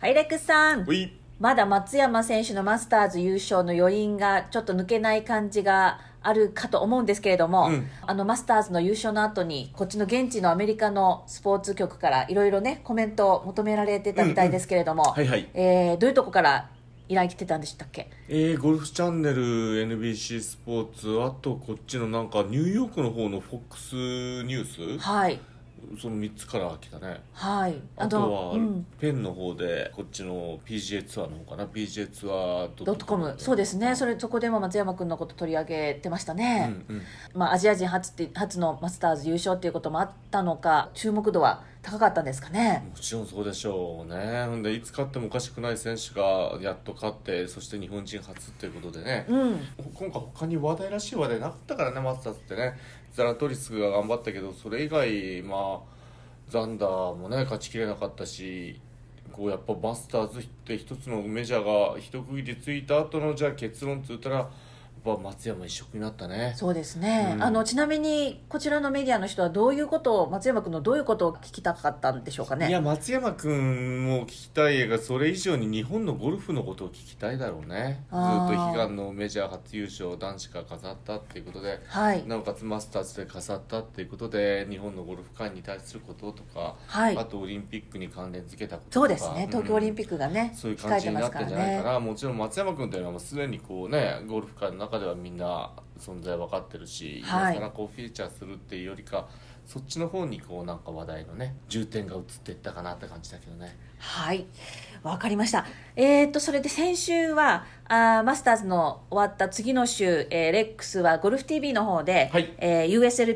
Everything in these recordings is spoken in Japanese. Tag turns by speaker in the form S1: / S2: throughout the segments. S1: ハイレックスさん
S2: うい
S1: まだ松山選手のマスターズ優勝の余韻がちょっと抜けない感じがあるかと思うんですけれども、
S2: うん
S1: あのマスターズの優勝の後にこっちの現地のアメリカのスポーツ局からいろいろねコメントを求められてたみたいですけれども、
S2: はいはい
S1: えーどういうとこから依頼来てたんでしたっけ
S2: えー、ゴルフチャンネル NBC スポーツあとこっちのなんかニューヨークの方の FOX ニュース
S1: はい
S2: その3つから来たね
S1: はい
S2: あとは、
S1: うん、
S2: ペンの方でこっちの PGA ツアーの方かな PGA ツアー
S1: ドットコムそうですねそれそこでも松山君のこと取り上げてましたね、
S2: うんうん
S1: まあ、アジア人初って初のマスターズ優勝っていうこともあったのか注目度は高かったんですかね
S2: もちろんそうでしょうねほんでいつ勝ってもおかしくない選手がやっと勝ってそして日本人初ということでね、
S1: うん
S2: 今回他に話題らしい話題なかったからねマスターズってねザラトリスが頑張ったけどそれ以外まあザンダーもね勝ちきれなかったしこうやっぱマスターズって一つのメジャーが一区切りついた後のじゃあ結論っつったらやっぱ松山一色になったね
S1: そうですね、
S2: うん
S1: あのちなみにこちらのメディアの人はどういうことを松山君のどういうことを聞きたかったんでしょうかね
S2: いや松山君も聞きたいがそれ以上に日本のゴルフのことを聞きたいだろうねずっと
S1: あー
S2: 悲願のメジャー初優勝を男子が飾ったっていうことで
S1: はい
S2: なおかつマスターズで飾ったっていうことで日本のゴルフ界に対することとか、
S1: はい
S2: あとオリンピックに関連付けたこと
S1: そ
S2: とか
S1: うですね東京オリンピ
S2: ック
S1: ックがね、
S2: そういう
S1: 控
S2: 感
S1: え
S2: じ
S1: て
S2: に
S1: ま
S2: な
S1: す
S2: っ
S1: か
S2: たん
S1: ら
S2: じゃないか
S1: ね
S2: なもちろん松山君というのはもうすでにこうねゴルフ界の中ではみんな存在分かってるし、
S1: はい
S2: 今更こうフィーチャーするっていうよりかそっちの方にこうなんか話題のね重点が移っていったかなって感じだけどね
S1: はいわかりましたえー、とそれで先週はあーマスターズの終わった次の週、えーレックスはゴルフ TV の方で、
S2: はい
S1: えー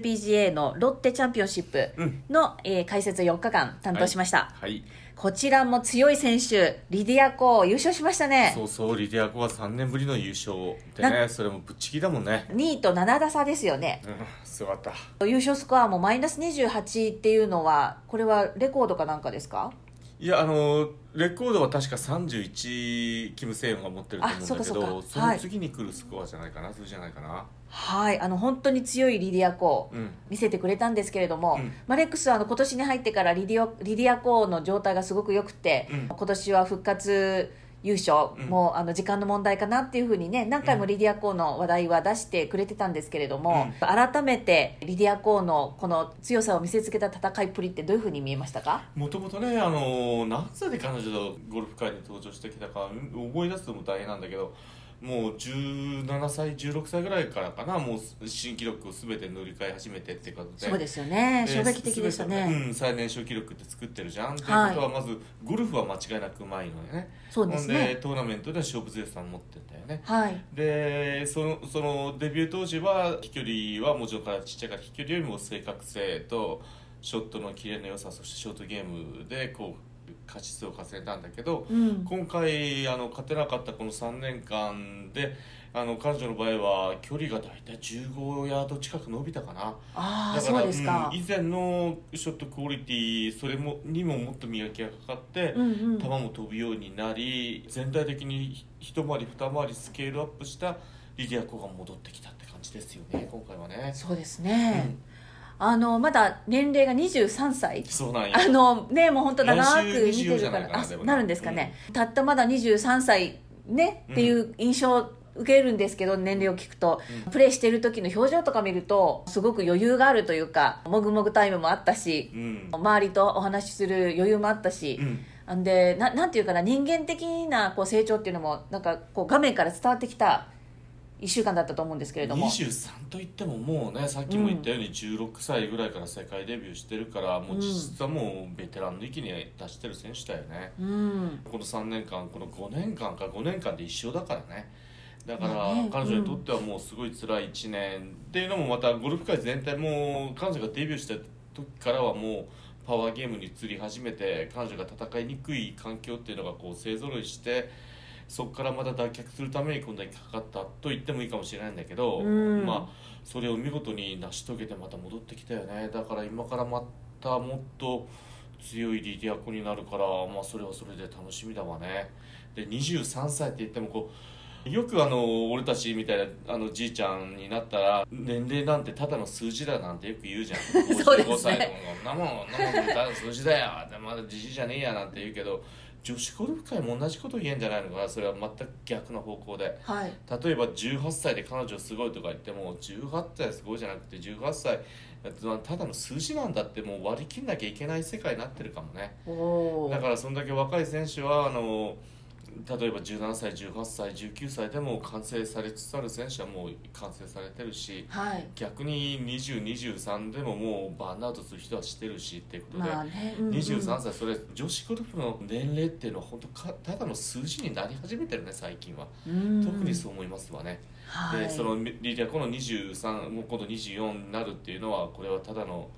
S1: USLPGA のロッテチャンピオンシップ
S2: うん
S1: の、えー解説を4日間担当しました、
S2: はい
S1: こちらも強い選手リディア・コー優勝しましたね
S2: そうそうリディアコは3年ぶりの優勝で
S1: な
S2: ねそれもぶっちぎりだもんね
S1: 2位と7打差ですよね
S2: うんすごかった
S1: 優勝スコアもマイナス28っていうのはこれはレコードかなんかですか
S2: いやあのレコードは確か31キム・セイヨンが持ってると思うんだ
S1: あそ
S2: け
S1: うかそう
S2: ど
S1: か
S2: そ
S1: はい
S2: の次に来るスコアじゃないかな、それじゃないかな
S1: はいあの本当に強いリディア・コー、
S2: うん
S1: 見せてくれたんですけれども、
S2: うん
S1: マレックスはあの今年に入ってからリディオリディア・コーの状態がすごく良くて、
S2: うん
S1: 今年は復活優勝
S2: うん
S1: も、うあの時間の問題かなっていうふうにね何回もリディア・コーの話題は出してくれてたんですけれども、改めてリディア・コーのこの強さを見せつけた戦いっぷりってどういうふうに見えましたか
S2: もともとねあの何歳で彼女とゴルフ界に登場してきたか思い出すのも大変なんだけどもう17歳16歳ぐらいからかなもう新記録を全て塗り替え始めてっていうことで
S1: そうですよね、
S2: で
S1: 衝撃的でしたね
S2: 全てのうん、最年少記録って作ってるじゃん、ということはまずゴルフは間違いなくうまいのでね
S1: そうですね
S2: ほんでトーナメントでは勝負強さを持ってんだよね
S1: はい
S2: でそのそのデビュー当時は飛距離はもちろんからちっちゃいから飛距離よりも正確性とショットのキレの良さそしてショートゲームでこう勝ち数を稼いだんだけど、
S1: うん
S2: 今回あの勝てなかったこの3年間であの彼女の場合は距離が大体15ヤード近く伸びたかな。
S1: ああ
S2: だか
S1: そ
S2: ら
S1: うですか、
S2: うん以前のショットクオリティそれもにももっと磨きがかかって、
S1: うんうん
S2: 球も飛ぶようになり全体的に一回り二回りスケールアップしたリディア・コが戻ってきたって感じですよね今回はね
S1: そうですね、
S2: うん
S1: あのまだ年齢が23歳
S2: そうなんや
S1: あのねもう本当長
S2: 来
S1: く
S2: 週
S1: 見てるか
S2: 24じゃない
S1: ら
S2: かな
S1: あ
S2: でもね
S1: なるんですかね、たったまだ23歳ねっていう印象を受けるんですけど年齢を聞くと、
S2: うん
S1: プレーしてる時の表情とか見るとすごく余裕があるというかもぐもぐタイムもあったし
S2: う、ん、
S1: 周りとお話しする余裕もあったし
S2: う、ん、
S1: んでななんていうかな人間的なこう成長っていうのもなんかこう画面から伝わってきた1週間だったと思うんですけれども
S2: 23といってももうねさっきも言ったように16歳ぐらいから世界デビューしてるから、もう実質はもうベテランの域に達してる選手だよね、
S1: うん
S2: この3年間この5年間か5年間で一生だからねだから
S1: まあね
S2: 彼女にとってはもうすごい辛い1年、っていうのもまたゴルフ界全体も彼女がデビューした時からはもうパワーゲームに移り始めて彼女が戦いにくい環境っていうのがこう勢ぞろいしてそこからまた脱却するために今度はかかったと言ってもいいかもしれないんだけど、
S1: うん
S2: まあそれを見事に成し遂げてまた戻ってきたよねだから今からまたもっと強いリディアコになるから、まあ、それはそれで楽しみだわねで23歳って言ってもこうよくあの俺たちみたいなあのじいちゃんになったら年齢なんてただの数字だなんてよく言うじゃん
S1: そうですね
S2: 55歳のもんなもんなもん数字だよでまだじじいじゃねえやなんて言うけど女子ゴルフ界も同じこと言えんじゃないのかなそれは全く逆の方向で
S1: はい
S2: 例えば18歳で彼女すごいとか言っても18歳すごいじゃなくて18歳ただの数字なんだってもう割り切んなきゃいけない世界になってるかもね
S1: おお
S2: だからそんだけ若い選手はあの例えば17歳18歳19歳でも完成されつつある選手はもう完成されてるし
S1: はい
S2: 逆に2023でももうバーンアウトする人はしてるしっていうことで、
S1: まあね、うんうん
S2: 23歳それ女子ゴルフの年齢っていうのは本当かただの数字になり始めてるね最近は、
S1: うん
S2: 特にそう思いますわね、
S1: はい、
S2: でそのリリアこの23もう今度24になるっていうのはこれはただの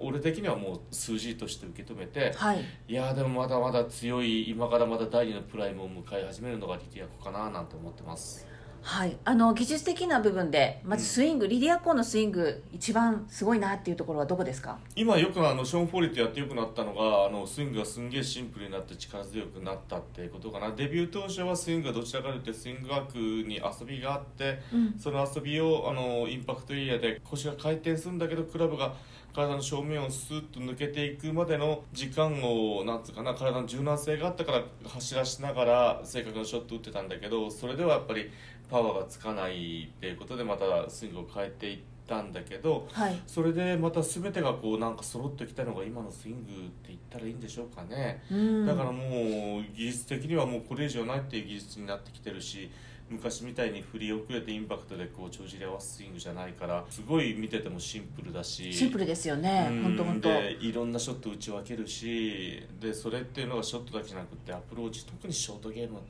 S2: 俺的にはもう数字として受け止めて
S1: はい
S2: いやーでもまだまだ強い今からまだ第二のプライムを迎え始めるのがリディアコかななんて思ってます
S1: はい、あの技術的な部分でまずスイング、リディア・コーのスイング一番すごいなっていうところはどこですか
S2: 今よくあのショーン・フォーリーとやってよくなったのがあのスイングがすんげえシンプルになって力強くなったっていうことかなデビュー当初はスイングがどちらかというとスイング学に遊びがあって
S1: うん
S2: その遊びをあのインパクトエリアで腰が回転するんだけどクラブが体の正面をスーッと抜けていくまでの時間をなんつうかな体の柔軟性があったから走らしながら正確なショット打ってたんだけどそれではやっぱりパワーがつかないっていうことでまたスイングを変えていったんだけど
S1: はい
S2: それでまた全てがこうなんか揃ってきたのが今のスイングって言ったらいいんでしょうかね、
S1: うん
S2: だからもう技術的にはもうこれ以上ないっていう技術になってきてるし昔みたいに振り遅れてインパクトでこう帳尻合わせスイングじゃないからすごい見ててもシンプルだし
S1: シンプルですよね
S2: うん
S1: 本当本当
S2: でいろんなショット打ち分けるしでそれっていうのがショットだけじゃなくてアプローチ特にショートゲーム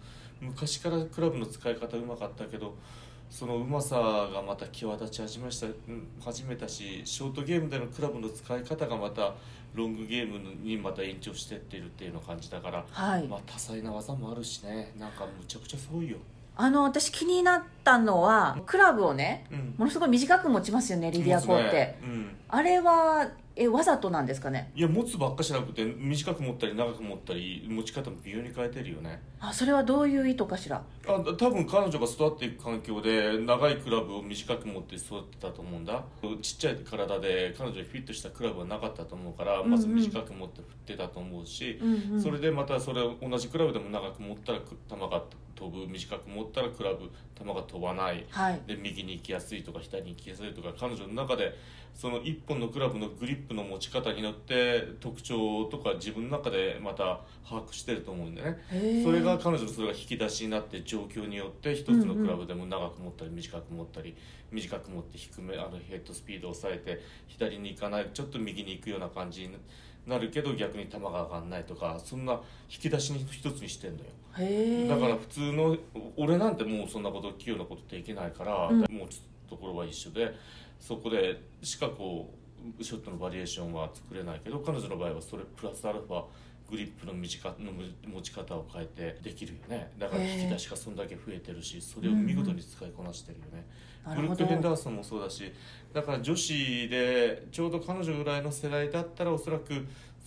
S2: 昔からクラブの使い方うまかったけどそのうまさがまた際立ち始めしたうん始めたしショートゲームでのクラブの使い方がまたロングゲームにまた延長してってるっていうのを感じだから、
S1: はい
S2: まあ、多彩な技もあるしねなんかむちゃくちゃすごいよ。
S1: あの私気になったのはクラブをね
S2: うん
S1: ものすごい短く持ちますよねリディア・コーって、
S2: 持つねうん
S1: あれはえわざとなんですかね
S2: いや持つばっかじゃなくて短く持ったり長く持ったり持ち方も微妙に変えてるよね
S1: あそれはどういう意図かしら
S2: あ多分彼女が育っていく環境で長いクラブを短く持って育ってたと思うんだちっちゃい体で彼女にフィットしたクラブはなかったと思うからまず
S1: うんうん
S2: 短く持って振ってたと思うし、
S1: うんうん
S2: それでまたそれを同じクラブでも長く持ったらく球が飛ぶ短く持ったらクラブ球が飛ばない
S1: はい
S2: で右に行きやすいとか左に行きやすいとか彼女の中でその1本のクラブのグリップの持ち方によって特徴とか自分の中でまた把握してると思うんだよね
S1: へえ
S2: それが彼女のそれが引き出しになって状況によって一つのクラブでも長く持ったり短く持ったり短く持って低めあのヘッドスピードを抑えて左に行かないちょっと右に行くような感じになるけど逆に球が上がんないとかそんな引き出しに一つにしてんのよ。
S1: へえ
S2: だから普通の俺なんてもうそんなこと器用なことできないから、
S1: うん
S2: もうちょっとところは一緒でそこでしかこうショットのバリエーションは作れないけど彼女の場合はそれプラスアルファグリップの短のむ持ち方を変えてできるよねだから引き出しがそんだけ増えてるしそれを見事に使いこなしてるよね、
S1: な
S2: ブ
S1: る
S2: ル
S1: ほ
S2: ッ
S1: ど
S2: ク・ヘンダーソンもそうだしだから女子でちょうど彼女ぐらいの世代だったらおそらく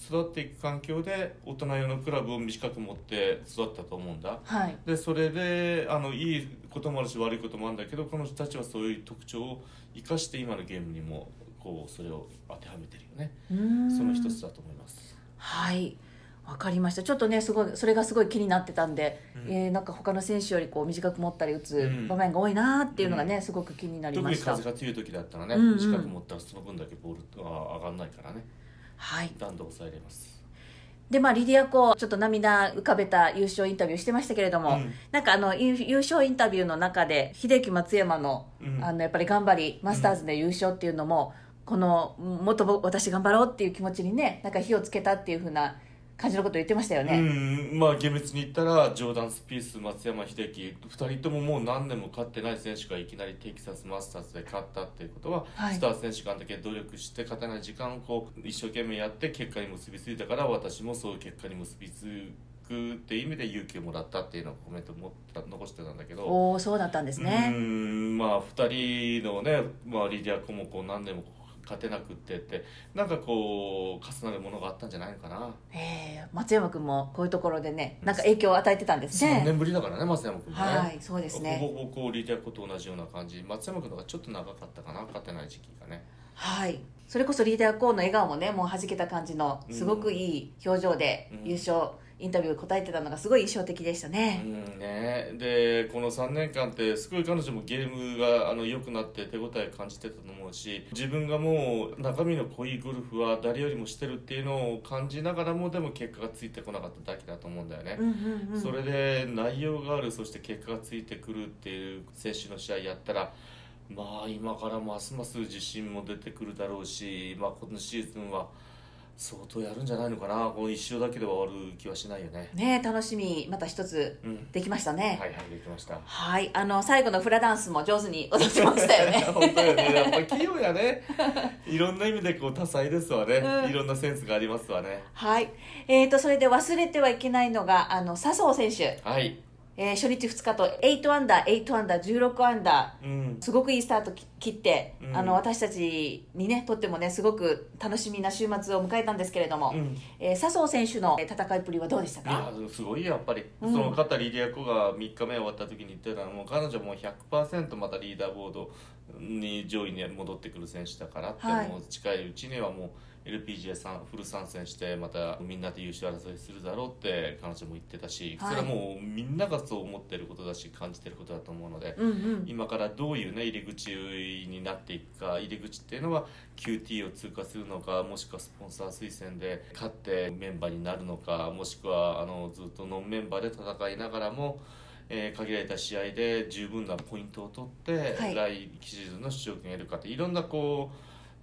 S2: 育っていく環境で大人用のクラブを短く持って育ったと思うんだ
S1: はい
S2: でそれであのいいこともあるし悪いこともあるんだけど彼女たちはそういう特徴を生かして今のゲームにもこうそれを当てはめてるよね
S1: うーん
S2: その一つだと思います
S1: はいわかりましたちょっとねすごいそれがすごい気になってたんで、
S2: うん
S1: えーなんか他の選手よりこう短く持ったり打
S2: う
S1: つ
S2: ん
S1: 場面が多いなーっていうのがね、すごく気になり
S2: 特
S1: ま
S2: に
S1: した
S2: 風が強い時だったらね、
S1: うんうん
S2: 短く持ったらその分だけボールが上がらないからね
S1: はい
S2: 弾道を抑えれます
S1: でまあリディア・コーちょっと涙浮かべた優勝インタビューしてましたけれども、
S2: うん
S1: なんかあの優優勝インタビューの中で秀樹松山の,、
S2: うん
S1: あのやっぱり頑張りマスターズで優勝っていうのも、このもっと僕私頑張ろうっていう気持ちにねなんか火をつけたっていうふうな感じのこと言ってましたよね。
S2: うんまあ厳密に言ったらジョーダン・スピース松山英樹2人とももう何年も勝ってない選手がいきなりテキサスマスターズで勝ったっていうことは、
S1: はい
S2: スター選手間だけ努力して勝たない時間をこう一生懸命やって結果に結びついたから私もそういう結果に結びつくっていう意味で勇気をもらったっていうのをコメントも残してたんだけど
S1: おおそうだったんです
S2: うー
S1: ね。
S2: んまあ2人のね、まあ、リディア・コもこう何年も勝てなくってってなんかこう重なるものがあったんじゃないのかな。
S1: えー松山君もこういうところでねなんか影響を与えてたんです
S2: 3
S1: ね。
S2: 年ぶりだからね松山君もね、
S1: はいそうです
S2: ほ
S1: ね。
S2: ぼほぼこうリディアコと同じような感じ松山君の方がちょっと長かったかな勝てない時期がね
S1: はいそれこそリーダーコーの笑顔もねもう弾けた感じの
S2: うん
S1: すごくいい表情で
S2: うん
S1: 優勝インタビュー答えてたのがすごい印象的でしたね。
S2: うんね、でこの3年間ってすごい彼女もゲームがあの良くなって手応え感じてたと思うし自分がもう中身の濃いゴルフは誰よりもしてるっていうのを感じながらもでも結果がついてこなかっただけだと思うんだよね
S1: う、んうんうん
S2: それで内容があるそして結果がついてくるっていう選手の試合やったらまあ今からますます自信も出てくるだろうし、まあ、このシーズンは相当やるんじゃないのかなこの一勝だけでは終わる気はしないよね。
S1: ね楽しみまた一つ
S2: うん
S1: できましたね。
S2: はいはい、できました。
S1: はい、あの最後のフラダンスも上手に踊ってました よね。
S2: 本当よね。やっぱ器用やね。いろんな意味でこう多彩ですわね。
S1: うん
S2: いろんなセンスがありますわね。
S1: はい、えー、とそれで忘れてはいけないのがあの笹生選手、
S2: はい。
S1: えー初日2日と8アンダー、8アンダー、16アンダ
S2: うん
S1: ー、。すごくいいスタートき切って、
S2: うん
S1: あの私たちにねとってもねすごく楽しみな週末を迎えたんですけれども、
S2: うん、い
S1: えー笹生選手のえー戦いっぷりはどうでしたか
S2: や？すごいよやっぱり、
S1: うん
S2: その方リディアコが3日目終わった時に言ってたのはもう彼女もう100%またリーダーボードに上位に戻ってくる選手だからって、
S1: はい
S2: もう近いうちにはもう LPGA さんフル参戦してまたみんなで優勝争いするだろうって彼女も言ってたし、
S1: はい
S2: それはもうみんながそう思ってることだし感じてることだと思うので、
S1: うんうん、
S2: 今からどういう、ね、入り口になっていくか入り口っていうのは QT を通過するのかもしくはスポンサー推薦で勝ってメンバーになるのかもしくはあのずっとノンメンバーで戦いながらも、えー限られた試合で十分なポイントを取って、
S1: はい
S2: 来シーズンの出場権を得るかっていろんなこう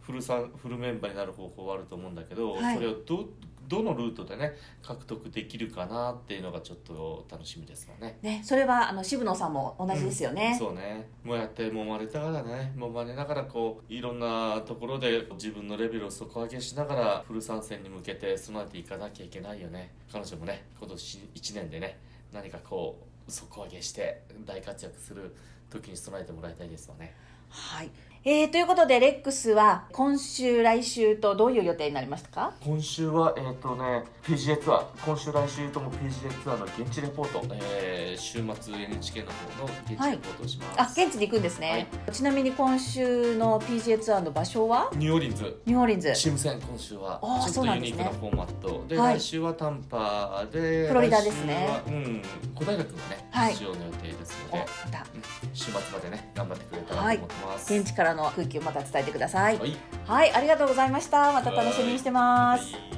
S2: フルさんフルメンバーになる方法はあると思うんだけど、
S1: はい
S2: それをどどのルートでね獲得できるかなっていうのがちょっと楽しみですよね。
S1: ねそれはあの渋野さんも同じですよね。
S2: そうねもうやって揉まれたからね揉まれながらこういろんなところで自分のレベルを底上げしながらフル参戦に向けて備えていかなきゃいけないよね彼女もね今年1年でね何かこう底上げして大活躍する時に備えてもらいたいですよね
S1: はい。えー、ということで、レックスは今週、来週とどういう予定になりましたか
S2: 今週はえっ、とね PGA ツアー今週来週とも PGA ツアーの現地レポート、えー週末 NHK の方の現地レポートをします、
S1: あ、現地に行くんですね。ちなみに今週の PGA ツアーの場所は
S2: ニューオーリンズ
S1: ニューオーリンズ。
S2: チーム戦今週は
S1: あー
S2: ち
S1: そ
S2: ょ
S1: う
S2: っ
S1: な
S2: と
S1: ん
S2: ユ
S1: です
S2: ニ
S1: ね
S2: ークなフォーマットで、
S1: はい
S2: 来週はタンパで
S1: フロリダですね
S2: 来週はうん小大学のね、
S1: はい
S2: 出場の予定ですの
S1: おま
S2: で
S1: た
S2: 週末までね頑張ってくれたらと思ってます、
S1: 現地からの空気をまた伝えてください。
S2: はい
S1: はい、ありがとうございました。また楽しみにしてます。
S2: はい